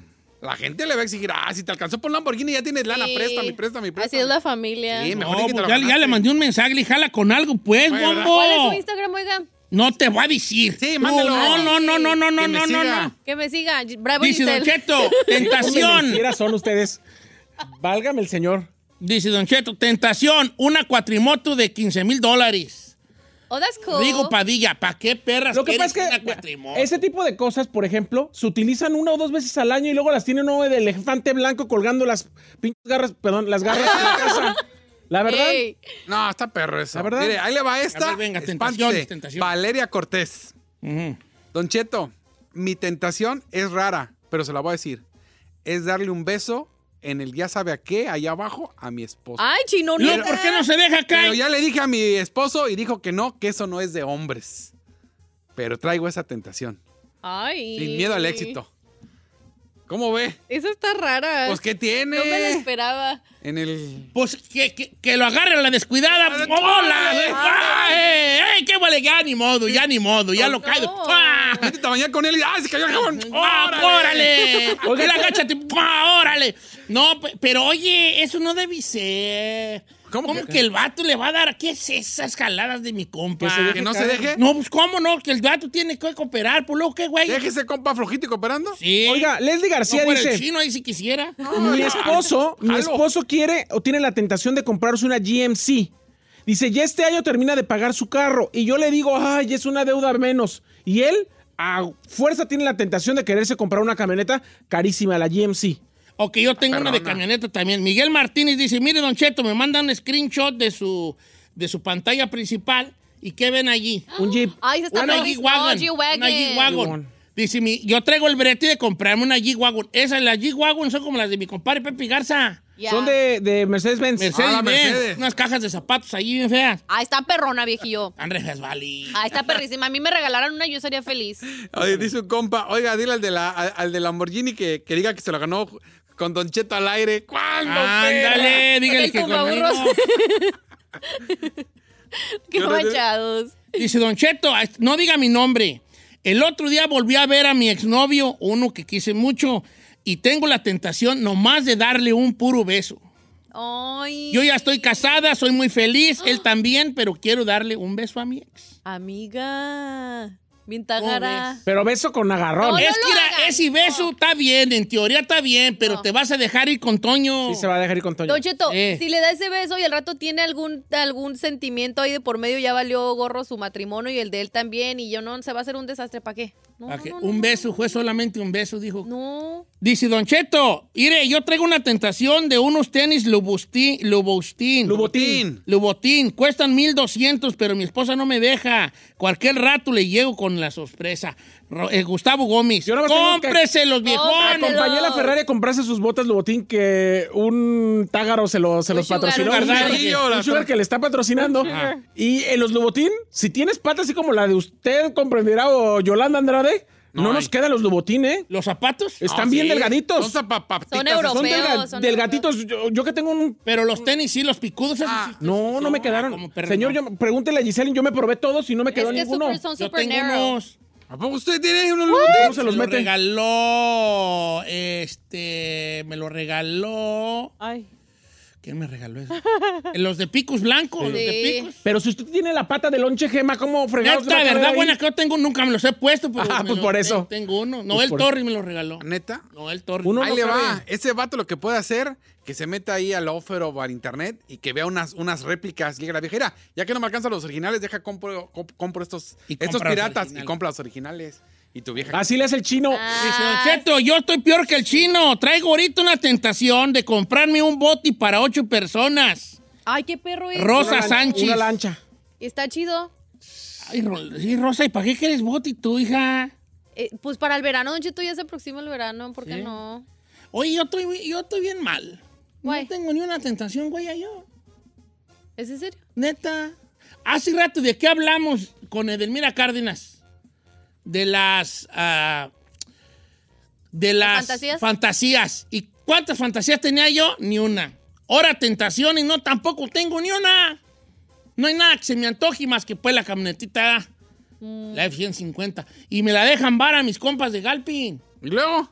Speaker 4: la gente le va a exigir, ah, si te alcanzó por un Lamborghini ya tienes lana,
Speaker 5: Sí.
Speaker 4: préstame, préstame, préstame.
Speaker 5: Así es la familia.
Speaker 4: Sí,
Speaker 3: No,
Speaker 4: mejor di que te
Speaker 3: pues
Speaker 4: lo
Speaker 3: ya, ya
Speaker 4: ganaste.
Speaker 3: le mandé un mensaje, le dije, jala con algo, pues,
Speaker 4: Bueno, ¿verdad?
Speaker 3: bombo.
Speaker 5: ¿Cuál es su Instagram, oiga?
Speaker 3: No te voy a decir.
Speaker 4: Sí,
Speaker 3: Tú,
Speaker 4: mándelo.
Speaker 3: No, no, no, no, no, no,
Speaker 4: Que
Speaker 3: no,
Speaker 4: me
Speaker 3: no,
Speaker 4: siga.
Speaker 3: no.
Speaker 5: Que me siga. Bravo
Speaker 3: Dice Don
Speaker 5: Giselle.
Speaker 3: Cheto,
Speaker 6: Hombre,
Speaker 3: tentación.
Speaker 6: mentiras son ustedes. Válgame el señor.
Speaker 3: Dice Don Cheto, tentación, una cuatrimoto de 15 mil dólares.
Speaker 5: Oh, that's cool.
Speaker 3: Digo Padilla, ¿para qué perras
Speaker 6: Lo que pasa es
Speaker 3: quieres
Speaker 6: que
Speaker 3: una
Speaker 6: mira,
Speaker 3: cuatrimoto?
Speaker 6: ese tipo de cosas, por ejemplo, se utilizan una o dos veces al año y luego las tiene uno de elefante blanco colgando las pinches garras, perdón, las garras de la casa. La verdad,
Speaker 5: Ey.
Speaker 4: No, está perro eso.
Speaker 6: La verdad.
Speaker 4: Mire, ahí le va esta.
Speaker 3: A ver, venga,
Speaker 4: Espántese.
Speaker 3: tentaciones, tentaciones.
Speaker 4: Valeria Cortés.
Speaker 3: Ujú.
Speaker 4: Don Cheto, mi tentación es rara, pero se la voy a decir. Es darle un beso en el ya sabe a qué, allá abajo, a mi esposo.
Speaker 5: Ay, chino,
Speaker 3: Luego,
Speaker 5: neta.
Speaker 3: ¿Por qué no se deja
Speaker 4: Pero
Speaker 3: acá?
Speaker 4: ya le dije a mi esposo y dijo que no, que eso no es de hombres. Pero traigo esa tentación.
Speaker 5: Ay.
Speaker 4: Sin miedo al éxito. ¿Cómo ve?
Speaker 5: Esa está rara.
Speaker 4: Pues, ¿qué tiene?
Speaker 5: Ah, No me la esperaba.
Speaker 4: En el.
Speaker 3: Pues que, que, que lo agarre la descuidada. ¡Hola! ¡Ah, eh! ¡Ey, qué vale! Ya ni modo, ya ni modo, ya lo caigo. ¡Ah!
Speaker 4: Vete a bañar con él y. ¡Ah, se cayó el jabón!
Speaker 3: ¡Ah, ¡Órale!
Speaker 4: Oiga,
Speaker 3: Oiga, agáchate. ¡Ah, ¡Órale! No, pe- pero oye, eso no debe ser. ¿Cómo, que, el vato le va a dar? ¿Qué es esas jaladas de mi compa?
Speaker 4: Que se deje ¿Que no se caer. deje?
Speaker 3: No, pues cómo no, que el vato tiene que cooperar. Pues luego, ¿qué, güey?
Speaker 4: Déjese, compa, flojito y cooperando.
Speaker 3: Sí.
Speaker 6: Oiga, Leslie García
Speaker 3: no fuera
Speaker 6: dice-
Speaker 3: el chino ahí si quisiera.
Speaker 6: Mi esposo, mi
Speaker 3: Jalo.
Speaker 6: esposo quiere o tiene la tentación de comprarse una GMC. Dice, ya este año termina de pagar su carro. Y yo le digo, ay, es una deuda menos. Y él, a fuerza, tiene la tentación de quererse comprar una camioneta carísima, la GMC.
Speaker 3: Ok, yo tengo una de camioneta también. Miguel Martínez dice, mire, Don Cheto, me manda un screenshot de su, de su pantalla principal y ¿qué ven allí?
Speaker 6: Un Jeep.
Speaker 4: Ah,
Speaker 5: Ay, esa está
Speaker 3: Una
Speaker 5: muy
Speaker 3: G-Wagon.
Speaker 5: No,
Speaker 3: Una G-Wagon.
Speaker 6: G-Wagon.
Speaker 3: Dice, mi, yo traigo el brete de comprarme una G-Wagon. Esas, las G-Wagon son como las de mi compadre Pepe Garza.
Speaker 5: Ya.
Speaker 6: Son de, de Mercedes-Benz.
Speaker 3: Mercedes,
Speaker 4: Ah, la
Speaker 3: Benz.
Speaker 4: Mercedes.
Speaker 3: Unas cajas de zapatos ahí bien feas.
Speaker 5: Ah, está perrona, viejillo.
Speaker 3: Están rejas, vale.
Speaker 5: Ah, está perrísima. A mí me regalaron una, yo sería feliz.
Speaker 4: Oye, dice un compa, oiga, dile al de la, al, al de Lamborghini que, que diga que se lo ganó con Don Cheto al aire. ¿Cuándo? perra?
Speaker 3: Ándale, dígale
Speaker 5: El
Speaker 3: que conmigo.
Speaker 5: tumbaburros. Qué
Speaker 4: Yo no sé.
Speaker 5: manchados.
Speaker 3: Dice, Don Cheto, no diga mi nombre. El otro día volví a ver a mi exnovio, uno que quise mucho, y tengo la tentación nomás de darle un puro beso.
Speaker 5: Ay.
Speaker 3: Yo ya estoy casada, soy muy feliz, él también, pero quiero darle un beso a mi ex.
Speaker 5: Amiga. Bien tagara.
Speaker 6: Pero beso con agarrón.
Speaker 5: Oh, No,
Speaker 3: es
Speaker 5: lo
Speaker 3: que era-
Speaker 5: hagas,
Speaker 3: ese beso está bien, en teoría está bien, pero
Speaker 5: No.
Speaker 3: te vas a dejar ir con Toño.
Speaker 6: Sí se va a dejar ir con Toño.
Speaker 5: Don Cheto,
Speaker 3: Eh.
Speaker 5: si le da ese beso y al rato tiene algún, algún sentimiento ahí de por medio, ya valió gorro su matrimonio y el de él también, y yo no, se va a hacer un desastre, ¿para qué? No,
Speaker 3: ¿A
Speaker 5: no,
Speaker 3: qué?
Speaker 5: no, no,
Speaker 3: un
Speaker 5: no.
Speaker 3: beso, fue solamente un beso, dijo.
Speaker 5: No.
Speaker 3: Dice, Don Cheto, mire, yo traigo una tentación de unos tenis Lubustín. Lubustín.
Speaker 4: Lubotín.
Speaker 3: Lubotín. Cuestan 1200, pero mi esposa no me deja. Cualquier rato le llego con la sorpresa. Ro- eh, Gustavo Gómez.
Speaker 6: Yo nada más tengo que-
Speaker 3: Cómprese los
Speaker 5: Cómpratelos.
Speaker 3: viejones.
Speaker 6: Acompañé a la Ferrari a comprarse sus botas Lobotín que un tágaro se, lo- se
Speaker 5: Un
Speaker 6: los
Speaker 5: sugar,
Speaker 6: patrocinó.
Speaker 3: un
Speaker 6: Un sugar,
Speaker 3: sugar.
Speaker 6: un sugar que le está patrocinando. Y en los Lobotín, si tienes patas así como la de usted, comprenderá, o Yolanda Andrade, no,
Speaker 4: No
Speaker 6: nos
Speaker 4: hay.
Speaker 6: quedan los Lobotín, ¿eh?
Speaker 3: ¿Los zapatos?
Speaker 6: Están
Speaker 4: No,
Speaker 6: bien
Speaker 4: Ah, sí.
Speaker 6: delgaditos.
Speaker 4: Son zapapapitas.
Speaker 5: Son europeos.
Speaker 6: Son delga-
Speaker 5: feos, son
Speaker 6: delgatitos. Yo, yo que tengo un...
Speaker 3: Pero los tenis sí, los picudos. esos sí.
Speaker 6: No, no me
Speaker 3: Ah,
Speaker 6: quedaron.
Speaker 3: como perro,
Speaker 6: Señor,
Speaker 3: no.
Speaker 6: yo- pregúntele a Giselle, yo me probé todos y no me
Speaker 5: Es
Speaker 6: quedó
Speaker 5: que
Speaker 6: ninguno.
Speaker 5: super- son
Speaker 3: Yo
Speaker 5: super
Speaker 3: tengo
Speaker 5: narrow.
Speaker 3: unos.
Speaker 4: ¿A poco usted tiene unos
Speaker 6: ¿Cómo
Speaker 4: Lubotín?
Speaker 6: se los
Speaker 3: me lo
Speaker 6: mete?
Speaker 3: regaló. Este. Me lo regaló.
Speaker 5: Ay.
Speaker 3: ¿Quién me regaló eso? los de picos blancos. Los de
Speaker 5: Sí.
Speaker 3: picos.
Speaker 6: Pero si usted tiene la pata de lonche gema, ¿cómo fregados? la
Speaker 3: Neta,
Speaker 6: va a
Speaker 3: verdad
Speaker 6: caber
Speaker 3: buena
Speaker 6: ahí?
Speaker 3: que yo tengo, nunca me los he puesto. pero
Speaker 6: Ah,
Speaker 3: me
Speaker 6: pues
Speaker 3: los-
Speaker 6: por eso.
Speaker 3: Tengo uno.
Speaker 6: Pues
Speaker 3: Noel
Speaker 6: por-
Speaker 3: Torres me lo regaló.
Speaker 4: ¿Neta?
Speaker 3: Noel Torres.
Speaker 6: Uno
Speaker 3: Ay,
Speaker 4: Ahí
Speaker 6: no
Speaker 4: le va.
Speaker 6: sabe.
Speaker 4: Ese vato lo que puede hacer, que se meta ahí al offer o al internet y que vea unas, unas réplicas. Y diga la vieja, "Mira, ya que no me alcanzan los originales, deja, compro, comp- compro estos,
Speaker 3: Y
Speaker 4: estos
Speaker 3: compra los
Speaker 4: piratas y
Speaker 3: originales. Ah,
Speaker 4: compra los originales. Y tu vieja...
Speaker 6: Así le hace el chino.
Speaker 3: Dice, "Don Cheto, yo estoy peor que el chino. Traigo ahorita una tentación de comprarme un boti para ocho personas.
Speaker 5: Ay, qué perro es.
Speaker 3: Rosa
Speaker 6: Una lan-
Speaker 3: Sánchez.
Speaker 6: Una lancha.
Speaker 5: Está chido.
Speaker 3: Ay, Ro- sí, Rosa, ¿y para qué quieres boti tú, hija?
Speaker 5: Eh, pues para el verano, Don Cheto, ya se aproxima el verano, ¿por qué
Speaker 3: Sí.
Speaker 5: no?
Speaker 3: Oye, yo estoy, yo estoy bien mal.
Speaker 5: Guay.
Speaker 3: No tengo ni una tentación, güey, yo.
Speaker 5: ¿Es en serio?
Speaker 3: Neta. Hace rato, ¿de qué hablamos con Edelmira Cárdenas? De las. ah, de las
Speaker 5: fantasías?
Speaker 3: fantasías. ¿Y cuántas fantasías tenía yo? Ni una. Ahora tentaciones, no, tampoco tengo ni una. No hay nada que se me antoje más que pues la camionetita,
Speaker 5: Mm.
Speaker 3: la F-150. Y me la dejan vara mis compas de Galpin.
Speaker 4: Y luego,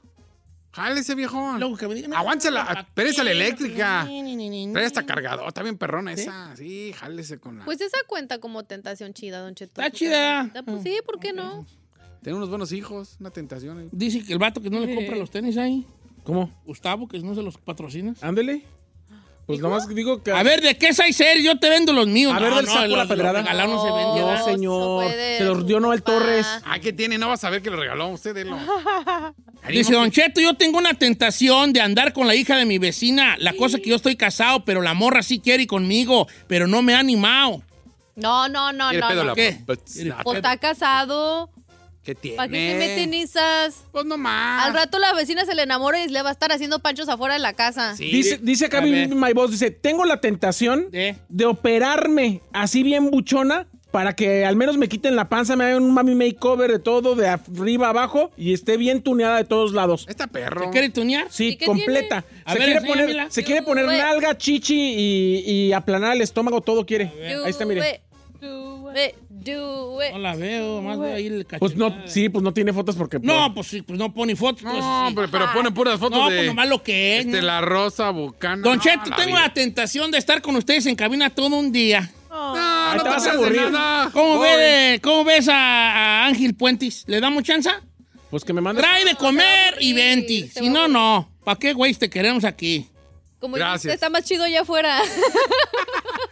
Speaker 4: jálese, viejo.
Speaker 3: Luego que me digan, no,
Speaker 4: Aguáncela,
Speaker 3: ¿para
Speaker 4: espérese a la
Speaker 3: qué?
Speaker 4: eléctrica.
Speaker 3: Ni, ni, ni, ni, ni.
Speaker 4: Trae esta cargadora, está bien perrona esa. Sí, jálese con la.
Speaker 5: Pues esa cuenta como tentación chida, Don Cheto.
Speaker 3: Está chida.
Speaker 5: Ah, pues sí, ¿por qué no?
Speaker 4: Tiene unos buenos hijos, una tentación. ahí.
Speaker 3: Dice que el vato que no le compra los tenis ahí.
Speaker 6: ¿Cómo?
Speaker 3: Gustavo, que no se los patrocina.
Speaker 6: Ándele. Pues nomás digo que.
Speaker 3: A ver, ¿de qué seis ser? Yo te vendo los míos.
Speaker 6: A ver, del saco
Speaker 3: los-
Speaker 6: la
Speaker 3: los
Speaker 6: pedrada.
Speaker 3: regalados no se venden,
Speaker 5: No,
Speaker 3: ¿verdad?
Speaker 5: se
Speaker 6: señor.
Speaker 5: puede,
Speaker 6: Se los dio Noel
Speaker 5: papá.
Speaker 6: Torres.
Speaker 4: Ah, ¿qué tiene? No vas a ver que lo regaló usted. délo. Ahí
Speaker 3: Dice
Speaker 4: no-
Speaker 3: Don Cheto, yo tengo una tentación de andar con la hija de mi vecina. La cosa que yo estoy casado, pero la morra sí quiere ir conmigo, pero no me ha animado.
Speaker 5: No, no, no,
Speaker 4: Quiere
Speaker 5: no.
Speaker 4: pedo
Speaker 5: no.
Speaker 4: la-
Speaker 3: ¿Qué?
Speaker 4: but-
Speaker 3: Quiere-
Speaker 5: Pues está casado.
Speaker 4: ¿Qué tiene?
Speaker 5: ¿Para qué se meten esas?
Speaker 4: Pues no más.
Speaker 5: Al rato la vecina se le enamora y le va a estar haciendo panchos afuera de la casa.
Speaker 4: Sí.
Speaker 6: Dice, dice acá
Speaker 3: A
Speaker 6: mi-
Speaker 3: ver.
Speaker 6: My Boss, dice, tengo la tentación
Speaker 3: ¿De?
Speaker 6: de operarme así bien buchona para que al menos me quiten la panza, me hagan un mami makeover de todo, de arriba abajo, y esté bien tuneada de todos lados.
Speaker 4: Esta perro.
Speaker 3: ¿Se quiere tunear?
Speaker 6: Sí,
Speaker 3: ¿Y qué
Speaker 6: completa.
Speaker 3: tiene? A
Speaker 6: Se,
Speaker 3: ver,
Speaker 6: quiere poner,
Speaker 3: enséñamela.
Speaker 6: se quiere poner
Speaker 5: Güey.
Speaker 6: nalga, chichi y, y aplanar el estómago, todo quiere. Ahí está, mire.
Speaker 5: Do it, do it.
Speaker 3: No la veo, más veo ahí el
Speaker 6: Pues
Speaker 3: cachete.
Speaker 6: no, sí, pues no tiene fotos porque...
Speaker 3: No, pues sí, pues no pone fotos. pues,
Speaker 4: No,
Speaker 3: sí.
Speaker 4: pero, pero ponen puras fotos
Speaker 3: No,
Speaker 4: de
Speaker 3: pues nomás lo que es.
Speaker 4: este,
Speaker 3: ¿no?
Speaker 4: la rosa bucana.
Speaker 3: Don
Speaker 4: No,
Speaker 3: Cheto,
Speaker 4: la
Speaker 3: tengo
Speaker 4: vida.
Speaker 3: la tentación de estar con ustedes en cabina todo un día.
Speaker 4: No,
Speaker 3: Ah,
Speaker 6: Ahí
Speaker 4: no
Speaker 6: te
Speaker 4: te
Speaker 6: vas a
Speaker 4: pases de
Speaker 6: aburrir.
Speaker 4: nada.
Speaker 3: ¿Cómo,
Speaker 4: Boring.
Speaker 3: ve- cómo ves a, a Ángel Puentes? ¿Le damos chance?
Speaker 6: Pues que me mandes...
Speaker 3: Trae de comer y
Speaker 5: aburrir,
Speaker 3: venti.
Speaker 5: te
Speaker 3: Si
Speaker 5: va
Speaker 3: no,
Speaker 5: a
Speaker 3: no. ¿Para qué, güey, te queremos aquí?
Speaker 5: Como
Speaker 4: Gracias.
Speaker 5: dijiste, está más chido allá afuera.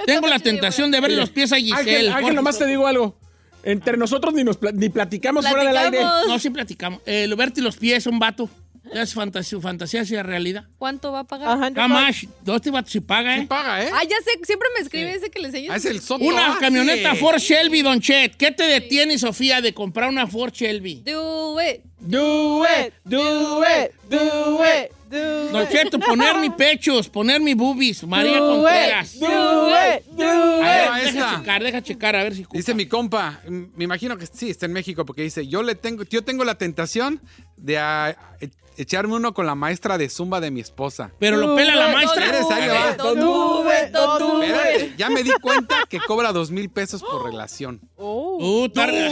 Speaker 3: Tengo la tentación de ver los pies a
Speaker 6: Ángel,
Speaker 3: Giselle.
Speaker 6: Ángel, nomás te digo algo. Entre nosotros ni, nos pla- ni platicamos, fuera del aire.
Speaker 5: Platicamos.
Speaker 3: No, sí platicamos. Eh, lo verte los pies, un vato. Ya es fantasía, fantasía hacia realidad.
Speaker 5: ¿Cuánto va a pagar?
Speaker 3: Camash, dos te vatos si paga,
Speaker 4: Sí
Speaker 3: ¿eh?
Speaker 4: paga, ¿eh?
Speaker 5: Ah, ya sé, siempre me escribe ese que le enseñas.
Speaker 4: Ah, es el soto.
Speaker 3: Una
Speaker 4: Ah,
Speaker 3: camioneta
Speaker 4: sí.
Speaker 3: Ford Shelby, Don Chet. ¿Qué te detiene, Sofía, de comprar una Ford Shelby?
Speaker 5: Do it.
Speaker 6: Do it, do it, do it, do
Speaker 3: Don Cheto, poner mi pechos, poner mi boobies, María
Speaker 6: Do it,
Speaker 3: Contreras.
Speaker 6: do it, do
Speaker 3: A
Speaker 6: it.
Speaker 3: ver,
Speaker 4: Ahí va
Speaker 3: deja
Speaker 4: esta.
Speaker 3: checar, deja checar, a ver si...
Speaker 4: Dice mi compa, mm, me imagino que sí, está en México, porque dice, yo le tengo, yo tengo la tentación de ah, e- echarme uno con la maestra de zumba de mi esposa.
Speaker 3: Pero lo pela la
Speaker 6: Do it,
Speaker 3: maestra.
Speaker 4: eres, ahí le va.
Speaker 5: Don't do it, don't do it.
Speaker 4: Espérate, ya me di cuenta que cobra dos mil pesos por relación.
Speaker 3: Uh, tarda.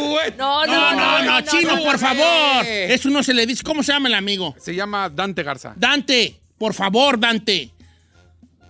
Speaker 3: No,
Speaker 5: No,
Speaker 3: no, no, chino,
Speaker 5: no.
Speaker 3: por favor.
Speaker 4: Eh.
Speaker 3: Eso no se le dice. ¿Cómo se llama el amigo?
Speaker 4: Se llama Dante Garza.
Speaker 3: Dante, por favor, Dante.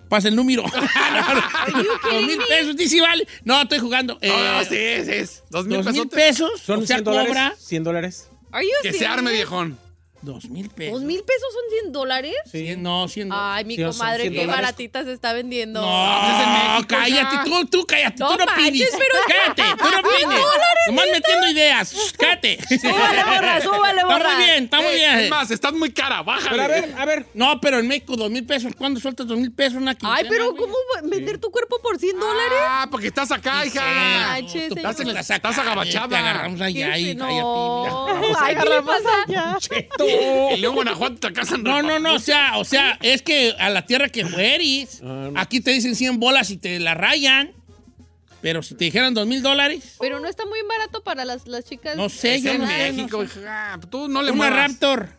Speaker 3: Pasa el número. No, no. Dos mil pesos, dice, vale. No, estoy jugando. Eh,
Speaker 4: No, sí, es, es. Dos mil
Speaker 3: Dos mil
Speaker 4: pesos.
Speaker 3: pesos.
Speaker 6: Son
Speaker 3: o sea,
Speaker 6: 100 dólares.
Speaker 3: cobra
Speaker 6: 100 dólares.
Speaker 5: Are you
Speaker 4: Que se
Speaker 5: serious?
Speaker 4: arme, viejón.
Speaker 3: dos mil
Speaker 5: ¿Dos
Speaker 3: pesos.
Speaker 5: mil pesos son 100 dólares?
Speaker 3: Sí, no, cien dólares.
Speaker 5: Ay, mi
Speaker 6: Sí, son
Speaker 5: comadre,
Speaker 6: 100
Speaker 5: qué
Speaker 6: dólares.
Speaker 5: baratita se está vendiendo.
Speaker 3: No,
Speaker 4: México,
Speaker 3: Ah, cállate,
Speaker 4: ya.
Speaker 3: tú, tú cállate,
Speaker 5: No
Speaker 3: tú no
Speaker 5: manches,
Speaker 3: pides.
Speaker 5: pero-
Speaker 3: Cállate, tú no pides. Nomás metiendo ideas. Shh, Cállate.
Speaker 5: Súbale, borra, súbale,
Speaker 3: Está
Speaker 5: borra.
Speaker 3: muy bien, está muy
Speaker 4: Eh,
Speaker 3: bien.
Speaker 4: Es más, estás muy cara, bájale.
Speaker 6: Pero a ver, a ver.
Speaker 3: No, pero en México, dos mil pesos. ¿Cuándo sueltas dos mil pesos? Una
Speaker 5: Ay,
Speaker 3: quincena,
Speaker 5: pero
Speaker 3: güey?
Speaker 5: ¿cómo va- vender tu cuerpo por 100 dólares?
Speaker 4: Ah, porque estás acá,
Speaker 3: Sí,
Speaker 4: hija.
Speaker 3: no,
Speaker 5: Manches,
Speaker 3: Eh,
Speaker 5: eh,
Speaker 3: tú
Speaker 5: señor.
Speaker 3: te la
Speaker 4: Estás-
Speaker 3: sacas,
Speaker 4: estás agabachada.
Speaker 3: Te agarramos allá
Speaker 5: Sí,
Speaker 3: y
Speaker 5: no.
Speaker 3: cállate.
Speaker 5: Ay, ¿qué le pasa?
Speaker 4: Y luego Guanajuato te acasan.
Speaker 3: No, no, no, o sea, o sea, es que a la tierra que fueres,
Speaker 4: Ah,
Speaker 3: aquí te dicen 100 bolas y te la rayan, pero si te dijeran dos mil dólares,
Speaker 5: Pero no está muy barato para las, las chicas.
Speaker 3: no sé,
Speaker 4: Es
Speaker 3: yo
Speaker 4: en
Speaker 3: no sé, no
Speaker 4: México,
Speaker 3: sé.
Speaker 4: hija. Tú no le
Speaker 3: Una
Speaker 4: muevas.
Speaker 3: Raptor,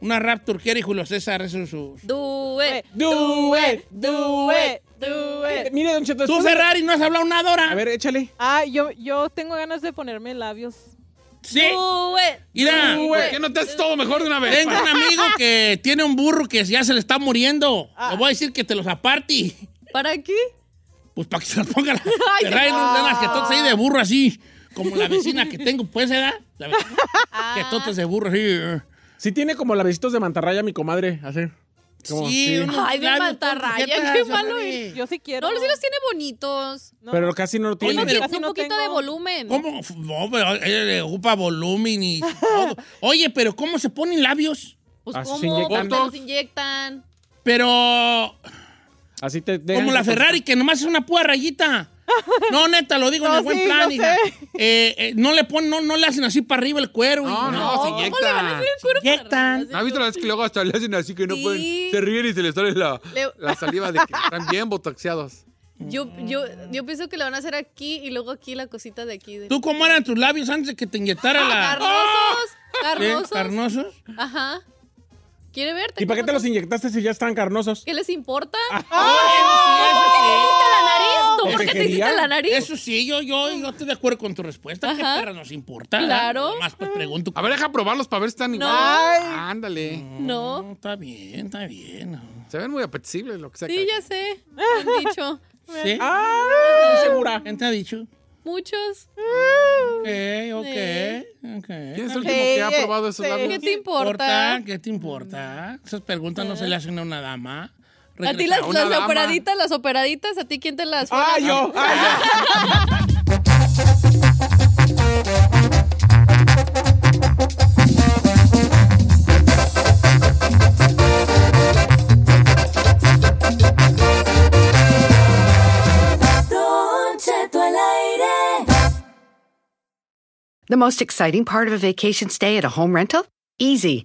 Speaker 3: una Raptor, ¿qué era y Julio César? Eso es su...
Speaker 5: Do it,
Speaker 6: Do it, do it.
Speaker 5: do
Speaker 4: Eh,
Speaker 5: it.
Speaker 6: Mire, Don Cheto.
Speaker 3: Pues Tú,
Speaker 6: después-
Speaker 3: Ferrari, no has hablado nada
Speaker 6: A
Speaker 3: ahora.
Speaker 6: ver, échale.
Speaker 12: Ah, yo, yo tengo ganas de ponerme labios.
Speaker 3: Sí,
Speaker 5: Do it.
Speaker 3: mira,
Speaker 5: Do
Speaker 4: ¿Por
Speaker 5: it.
Speaker 4: qué no te haces todo mejor de una vez?
Speaker 3: tengo un amigo que tiene un burro que ya se le está muriendo. Le voy a decir que te los aparte.
Speaker 5: ¿Para qué?
Speaker 3: Pues para que se los ponga la
Speaker 5: Ay,
Speaker 3: Ferrari,
Speaker 5: no.
Speaker 3: unas jetotas ahí de burro así. Como la vecina que tengo, pues, ¿verdad? La vecina. Jetotas de burro así. eh.
Speaker 6: Sí tiene como labecitos de mantarraya mi comadre. Así. Como,
Speaker 3: Sí, unos
Speaker 5: Ay, de
Speaker 3: labios
Speaker 5: mantarraya,
Speaker 3: con tijetas,
Speaker 5: qué malo
Speaker 3: hombre.
Speaker 12: Yo sí quiero.
Speaker 5: No, sí los tiene bonitos.
Speaker 12: No.
Speaker 6: Pero casi no lo
Speaker 3: Oye,
Speaker 6: tiene.
Speaker 3: pero
Speaker 12: Casi
Speaker 5: un
Speaker 12: no
Speaker 5: poquito
Speaker 12: tengo.
Speaker 5: de volumen.
Speaker 3: ¿Cómo? No, pero ella le ocupa volumen y todo. Oye, pero ¿cómo se ponen labios?
Speaker 5: Pues
Speaker 6: Ah,
Speaker 5: cómo,
Speaker 6: se inyectan.
Speaker 5: Porque los inyectan.
Speaker 3: Pero
Speaker 6: Así te dejan
Speaker 3: como la
Speaker 6: que-
Speaker 3: Ferrari, que nomás es una pura rayita. No, neta, lo digo en
Speaker 12: No,
Speaker 3: el buen
Speaker 12: sí,
Speaker 3: plan,
Speaker 12: no
Speaker 3: hija.
Speaker 12: sé.
Speaker 3: Eh, eh, no le ponen, no, no le hacen así para arriba el cuero.
Speaker 4: No,
Speaker 3: y-
Speaker 4: no, se
Speaker 5: ¿cómo
Speaker 4: inyectan.
Speaker 5: le van a hacer el cuero
Speaker 3: Se inyectan.
Speaker 5: para
Speaker 4: ¿No has visto la vez que luego hasta le hacen así que no
Speaker 5: Sí.
Speaker 4: pueden? Se ríen y se les sale la,
Speaker 5: Le-
Speaker 4: la saliva de que están bien botoxeados.
Speaker 5: Yo, yo, yo pienso que le van a hacer aquí y luego aquí la cosita de aquí. De... ¡Ah!
Speaker 3: ¿Tú cómo eran tus labios antes de que te inyectara la...
Speaker 5: Carnosos,
Speaker 3: ¿Qué?
Speaker 5: Ah, carnosos.
Speaker 3: ¿Carnosos?
Speaker 5: Ajá. ¿Quiere verte?
Speaker 6: ¿Y para qué te los inyectaste si ya están carnosos?
Speaker 5: ¿Qué les importa?
Speaker 3: Oye,
Speaker 5: la nariz? ¿Tú
Speaker 6: ¿Te
Speaker 5: por qué te
Speaker 6: quería?
Speaker 5: hiciste la
Speaker 3: sí,
Speaker 5: nariz?
Speaker 3: Eso sí, yo, yo, yo estoy de acuerdo con tu respuesta. ¿Qué
Speaker 5: Ajá.
Speaker 3: perra nos importa?
Speaker 5: Claro.
Speaker 3: Más pues pregunto.
Speaker 4: A ver, deja probarlos para ver si están igual. Ándale.
Speaker 5: Mm. No.
Speaker 3: Está bien, está bien.
Speaker 4: Se ven muy apetecibles lo que sea.
Speaker 5: Sí, ya sé. Me han dicho
Speaker 3: ¿Sí?
Speaker 6: ¡Ah! Segura.
Speaker 3: ¿Quién te ha dicho?
Speaker 5: muchos.
Speaker 3: Ok, ok, ok.
Speaker 4: ¿Quién es
Speaker 3: No
Speaker 4: el último que ha probado esos
Speaker 5: ¿Qué
Speaker 4: labios?
Speaker 5: te importa?
Speaker 3: ¿Qué te importa? Esas preguntas no se le hacen a una dama.
Speaker 5: A
Speaker 3: Regresa-
Speaker 5: ti las,
Speaker 4: una
Speaker 5: las
Speaker 4: dama.
Speaker 5: operaditas, las operaditas, ¿a ti quién te las
Speaker 6: ¡Ah, yo! ¡Ah, yo!
Speaker 11: Don Cheto al aire.
Speaker 13: The most exciting part of a vacation stay at a home rental? Easy.